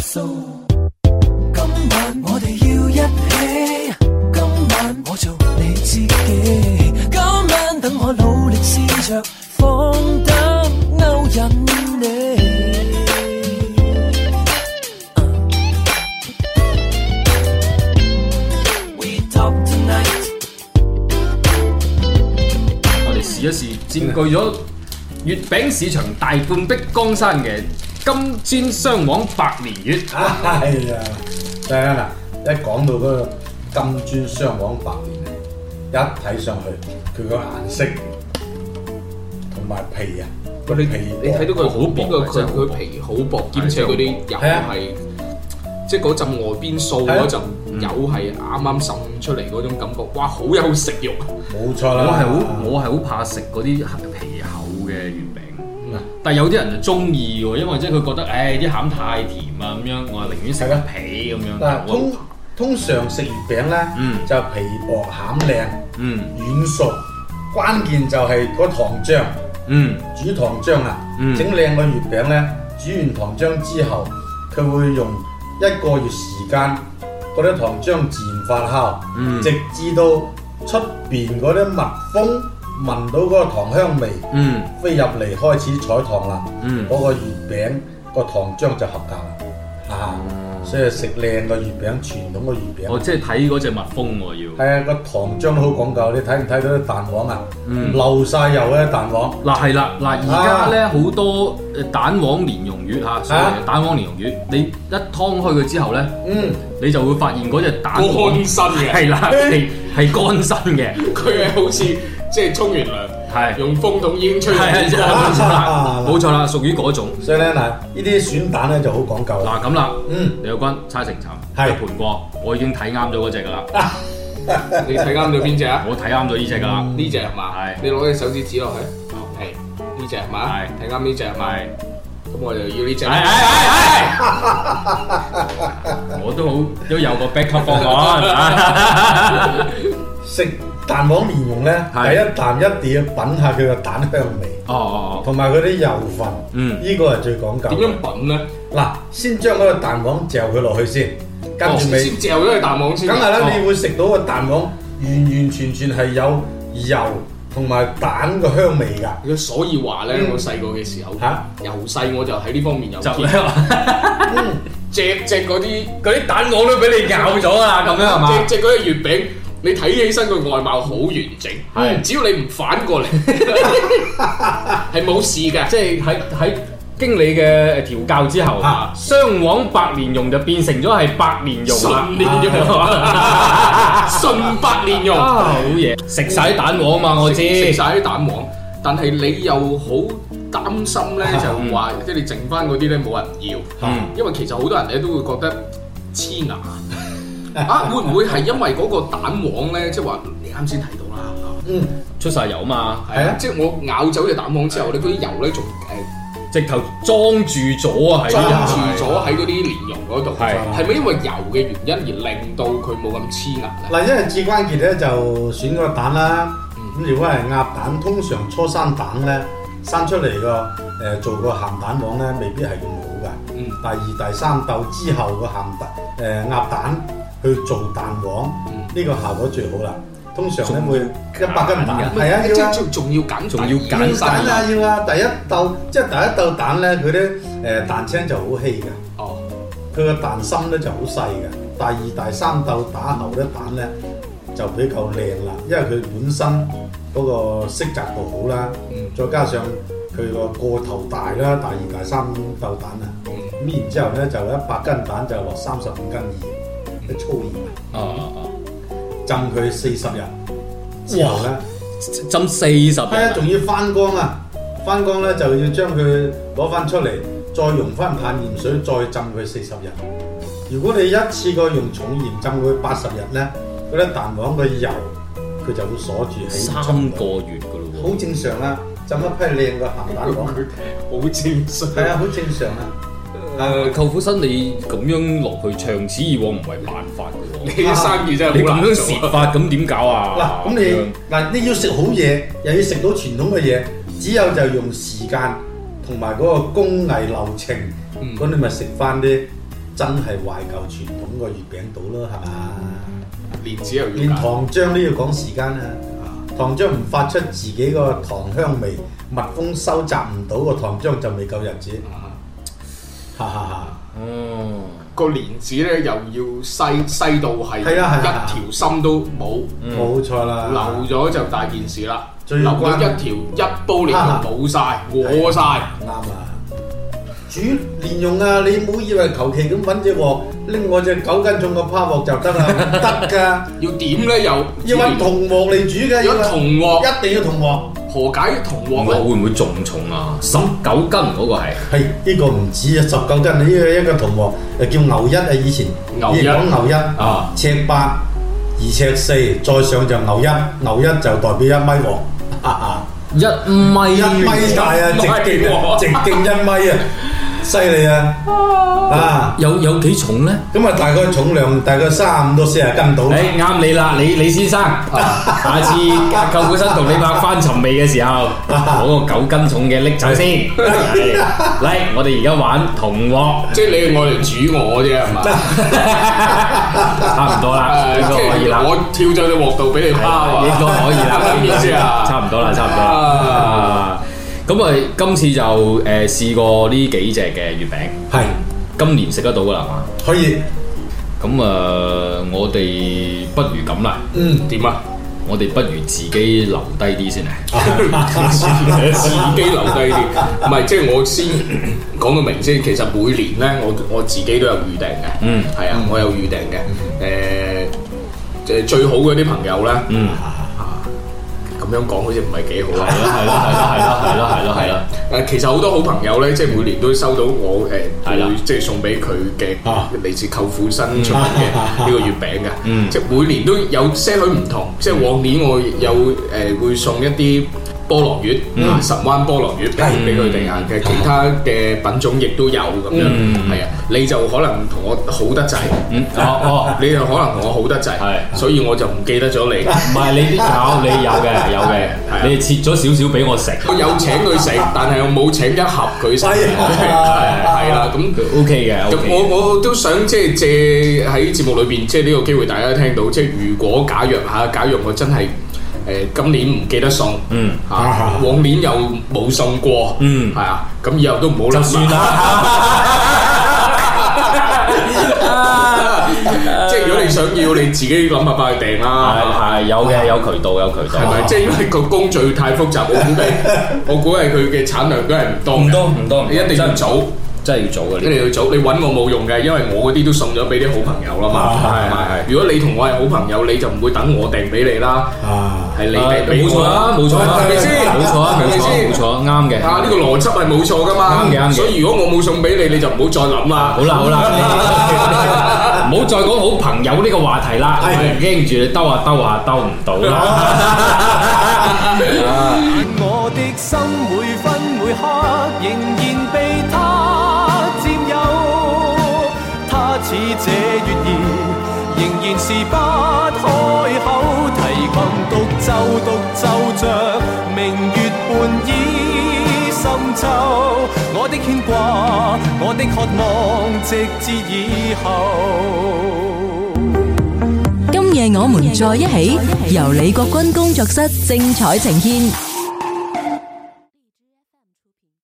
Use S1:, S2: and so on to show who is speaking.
S1: 素。今晚我哋要一起，今晚我做你知己。今晚等我努力試着放膽勾引你。We talk tonight。
S2: 我哋試一試佔據咗月餅市場大半壁江山嘅金磚雙黃白蓮月，
S3: 哎呀，睇下嗱，一講到嗰個金磚雙黃白蓮啊，一睇上去佢個顏色同埋皮啊，嗰啲皮
S4: 你睇到佢
S2: 好
S4: 好
S2: 薄啊
S4: 邊個
S2: 真係
S4: 佢
S2: 好薄
S4: 佢皮好薄，兼且嗰啲油
S3: 係啊
S4: 係即係嗰陣外邊掃
S3: 係啊
S4: 嗰陣
S2: 嗯
S4: 油係啱啱滲出嚟嗰種感覺，哇！好有食慾，啊
S3: 冇錯
S2: 我
S3: 啦，
S2: 係好我係好怕食嗰啲皮厚嘅月
S3: 嗯
S4: 啊
S2: 餅，但係有啲人就中意喎，因為即係佢覺得誒啲餡太甜啊咁樣，我係寧願食
S3: 係
S2: 個
S3: 咯
S2: 皮咁樣。但係
S3: 嗱，
S2: 我
S3: 通
S4: 啊
S3: 通常食月餅咧，
S2: 嗯
S3: 就皮薄餡靚，
S2: 嗯
S3: 軟熟，關鍵就係嗰糖漿，
S2: 嗯
S3: 煮糖漿啊
S2: 嗯，
S3: 整靚個月餅咧，煮完糖漿之後，佢會用一個月時間，嗰啲糖漿自然發酵，
S2: 嗯
S3: 直至到出邊嗰啲蜜蜂聞到嗰個糖香味，
S2: 嗯
S3: 飛入嚟開始採糖啦，嗰、
S2: 嗯
S3: 個月餅個糖漿就合格啦，啊，所以食靚個月餅，傳統個月餅。
S2: 哦我即係睇嗰只蜜蜂喎要。
S3: 係啊，個糖漿都好講究，你睇唔睇到啲蛋黃啊？
S2: 嗯
S3: 漏晒油嘅蛋黃，
S2: 嗱係啦，嗱而家咧好多誒蛋黃蓮蓉月嚇，所謂嘅蛋黃蓮蓉月，你一劏開佢之後咧，
S3: 嗯，
S2: 你就會發現嗰只蛋黃
S4: 乾身嘅，
S2: 係啦，係係乾身嘅，
S4: 佢係好似即係沖完涼
S2: 係
S4: 用風筒已經吹乾
S2: 係係
S4: 咗。
S2: 冇錯啦，冇錯啦，屬於嗰種。
S3: 所以咧嗱，呢啲選蛋咧就好講究啦。
S2: 嗱咁啦，
S3: 嗯，
S2: 李友軍猜成慘，
S3: 係
S2: 一盤過，我已經睇啱咗嗰只㗎啦，
S4: 你睇啱咗邊只啊？
S2: 我睇啱咗呢只㗎啦，
S4: 呢只係嘛
S2: 係？哦
S4: 你攞隻手指指落去，係呢只係嘛
S2: 係？
S4: 睇啱呢只係嘛？
S2: 係
S4: 咁我就要呢只
S2: 係係。係係，我都好都有個 backup 方案。
S3: 食蛋黃蓮蓉咧，
S2: 係
S3: 第一啖一定要品下佢個蛋香味，
S2: 哦哦哦，
S3: 同埋佢啲油份，
S2: 嗯
S3: 呢個係最講究
S4: 點
S3: 嘅。
S4: 樣品咧？
S3: 嗱，先將嗰個蛋黃嚼佢落去先，跟住
S4: 哦先
S3: 咪，
S4: 嚼咗佢蛋黃先。
S3: 梗係
S2: 哦
S3: 啦，你會食到個蛋黃完完全全係有油同埋蛋個香味㗎。
S4: 佢所以話咧，
S3: 嗯
S4: 我細個嘅時候，
S3: 嚇
S4: 由細我就喺呢方面有
S2: 就
S4: 見，
S3: 嗯，
S4: 隻隻嗰啲，
S2: 嗰啲蛋黃都俾你咬咗啦，咁樣係嘛？
S4: 隻隻嗰啲月餅，你睇起身個外貌好完整，
S2: 係
S4: 只要你唔反 過嚟，係冇事㗎。
S2: 即係喺喺經理嘅調教之後，
S3: 啊
S2: 雙黃白蓮蓉就變成咗係白蓮蓉啦，
S4: 純蓮蓉
S2: 啊
S4: 純白 蓮蓉，啊
S2: 好嘢，食晒啲蛋黃啊嘛，我知。
S4: 食食晒啲蛋黃，但係你又好擔心 咧，就話即係你剩翻嗰啲咧冇人要。
S2: 嗯
S4: 因為其實好多人咧都會覺得 黐牙啊，會唔會係因為嗰個蛋黃咧？即係話你啱先提到啦，
S3: 嗯，
S2: 出晒油嘛，
S4: 係
S3: 係
S4: 啊
S3: 啊，
S4: 即係我咬走隻蛋黃之後咧，嗰啲油咧仲
S2: 直頭裝住咗啊，
S4: 誒
S2: 係
S4: 裝
S2: 呢
S4: 住
S2: 啲
S4: 咗喺嗰啲蓮蓉嗰度，
S2: 係
S4: 係咪因為油嘅原因而令到佢冇咁黐牙咧？
S3: 嗱，因為至關鍵咧就選個蛋啦。咁如果係鴨蛋，通常初生蛋咧，生出嚟個誒做個鹹蛋黃咧，未必係咁好㗎。
S4: 嗯
S3: 第二、第三竇之後個鹹蛋誒、鴨蛋去做蛋黃，
S4: 嗯
S3: 呢、個效果最好啦。通常咧
S2: 仲
S3: 會一百斤蛋，
S2: 揀
S3: 係啊，
S4: 即
S3: 要啊
S4: 係仲要揀
S2: 仲要揀
S4: 揀
S3: 要蛋
S4: 曬
S3: 啊，要啊，第一竇即係第一竇蛋咧，佢啲誒蛋清就好稀㗎。
S4: 哦，
S3: 佢個蛋心咧就好細嘅，第二、第三竇打後啲蛋咧就比較靚啦，因為佢本身嗰個色澤度好啦，
S4: 嗯
S3: 再加上佢個個頭大啦，第二、第三竇蛋啊，
S4: 嗯
S3: 咁然之後咧就一百斤蛋就落三十五斤鹽，啲粗鹽啊，
S2: 啊啊
S4: 哦
S2: 啊！
S3: 浸佢四十日之後咧，
S2: 浸四十
S3: 係啊，
S2: 日，
S3: 仲要翻光啊，翻光咧就要將佢攞翻出嚟，再用翻淡鹽水再浸佢四十日。如果你一次過用重鹽浸佢八十日咧，嗰啲蛋黃嘅油佢就會鎖住喺
S2: 三
S3: 心度，
S2: 個月㗎咯
S3: 好正常啦。浸一批靚嘅鹹 蛋黃，
S4: 好正常。
S3: 啊係啊，好正常啊。
S2: 喎。誒，舅父身你咁樣落去，長此以往唔係辦法㗎
S4: 你
S2: 喎。
S4: 啲生意真
S2: 你
S4: 係好
S2: 咁
S4: 難
S2: 樣
S4: 做啊
S2: 蝕法，咁點搞啊？
S3: 嗱，咁你嗱你要食好嘢，又要食到傳統嘅嘢，只有就用時間同埋嗰個工藝流程，咁、
S4: 嗯
S3: 你咪食翻啲真係懷舊傳統個月餅到啦，係嘛？
S4: 蓮子又要
S3: 連
S4: 揀
S3: 糖漿都要講時間啊！糖漿唔發出自己個糖香味，蜜蜂收集唔到個糖漿就未夠日子，
S4: 啊
S3: 哈哈哈！
S2: 哦，
S4: 個蓮子咧又要細細到係
S3: 係啊係啊
S4: 一條心都冇，
S3: 冇錯啦，
S4: 流咗就大件事啦。
S3: 最
S4: 流咗
S3: 關啊
S4: 一條一煲蓮蓉冇晒，餓晒。
S3: 啱啊！煮蓮蓉啊，你唔好以為求其咁揾只鑊拎我隻九斤重個趴鑊就得 啦，唔得㗎，
S4: 要點咧？又
S3: 要揾銅鑊嚟煮嘅，
S4: 要揾銅鑊，
S3: 一定要銅鑊。
S4: 何解銅
S2: 我
S4: 鑊咧？
S2: 會唔會仲重啊？十九斤嗰個係
S3: 係呢個唔止啊，十九斤呢個一個同鑊，誒叫牛一啊，以前
S4: 牛
S3: 以前
S4: 一
S3: 講牛一，
S2: 啊，
S3: 尺八二尺四，再上就牛一，牛一就代表一米 王，哈哈
S2: 一米
S3: 一米大啊，直徑啊直徑一米啊，犀利 啊，啊！
S2: 有有幾重咧？
S3: 咁啊，大概重量大概三十五到四十斤到，
S2: 誒啱你啦，李李先生， 下次舅父新同你拍翻尋味嘅時候，嗰個九斤重嘅拎走先。嚟，我哋而家玩銅鑊，
S4: 即係你係愛嚟煮我啫，係嘛？
S2: 差唔多啦，
S4: 誒
S2: 應該可以
S4: 即係
S2: 啦，
S4: 我跳咗隻鑊度俾你拋啊！
S2: 應該可以 啦，
S4: 咩意思啊？
S2: 差唔多啦，差唔多啦。
S4: 啊！
S2: 啊咁啊，今次就誒試過呢幾隻嘅月餅，
S3: 係
S2: 今年食得到噶啦係嘛？
S3: 可以，
S2: 咁啊，呃我哋不如咁啦，
S3: 嗯，
S4: 點啊？
S2: 我哋不如自己留低啲先啊。
S4: 自己留低啲，唔係即係我先 講到明先。其實每年咧，我我自己都有預訂嘅，
S2: 嗯
S4: 係啊，我有預訂嘅。誒，即係最好嗰啲朋友咧，
S2: 嗯，
S4: 啊，咁樣講好似唔係幾好
S2: 係啦，。 係
S4: 啊
S2: 啦，係啦，係啦，係啦，係啦，
S4: 誒，其實好多好朋友咧，即係每年都收到我誒，
S2: 係啦
S4: 會即係送俾佢嘅
S3: 啊
S4: 嚟自舅父新出品 嘅呢個月餅嘅，
S2: 嗯
S4: 即係每年都有些許唔同。即係往年我有誒會送一啲菠蘿月，
S2: 嗯
S4: 啊神灣菠蘿月俾俾佢哋啊嘅，其他嘅品種亦都有咁樣，係啊，你就可能同我好得滯，
S2: 嗯，哦哦，
S4: 你就可能同我好得滯，
S2: 係
S4: 所以我就唔記得咗 你。
S2: 唔係你啲有，你有嘅，有嘅
S4: 係啊，
S2: 你哋切咗少少俾我食
S4: 我有請佢食，但係我冇請一盒佢食，
S3: 哎呀
S4: 係啦咁。
S2: ，OK 嘅
S4: 咁
S2: ，OK 嘅。
S4: 我我都想即係借喺節目裏邊，即係呢個機會，大家聽到，即係如果假若嚇，假若我真係誒、呃今年唔記得送，
S2: 嗯
S4: 嚇、往年又冇送過，
S2: 嗯
S4: 係啊，咁以後都唔好啦，
S2: 就算 啦。
S4: 即係如果你想要，你自己諗辦法去訂
S2: 係
S4: 啦。
S2: 係有嘅，有渠道，有渠道
S4: 係。咪？即係因為個工序太複雜，我 估計，我估計佢嘅產量都係唔多嘅
S2: 唔多唔多唔多
S4: 你一定要
S2: 真係
S4: 早。
S2: 真係要做嘅呢
S4: 一
S2: 啲。
S4: 定要早，你揾我冇用嘅，因為我嗰啲都送咗俾啲好朋友啦嘛。
S2: 啊係
S4: 係係。如果你同我係好朋友，你就唔會等我訂俾你啦，
S3: 啊，
S4: 係你
S2: 啊
S4: 訂俾
S2: 冇錯
S4: 我
S2: 啊，冇錯啊，
S4: 係咪先？
S2: 冇錯啊，
S4: 係
S2: 冇
S4: 咪
S2: 錯啊，
S4: 先
S2: 冇錯啊，啱嘅。
S4: 啊！呢個邏輯係冇錯噶嘛。
S2: 啱嘅啱嘅
S4: 所以如果我冇送俾你，你就唔好再諗啦
S2: 好。啦好啦，唔好再講好朋友呢個話題啦，
S3: 係
S2: 驚住你兜下兜下兜唔到 啦。
S1: 但我的心每分每刻仍然被他佔有，他似這月兒，仍然是不開口。提琴獨奏獨奏着明月半倚深秋，我的牽掛，我的渴望，直至以後。
S5: 今夜我們在一起，由李國君工作室精彩呈現。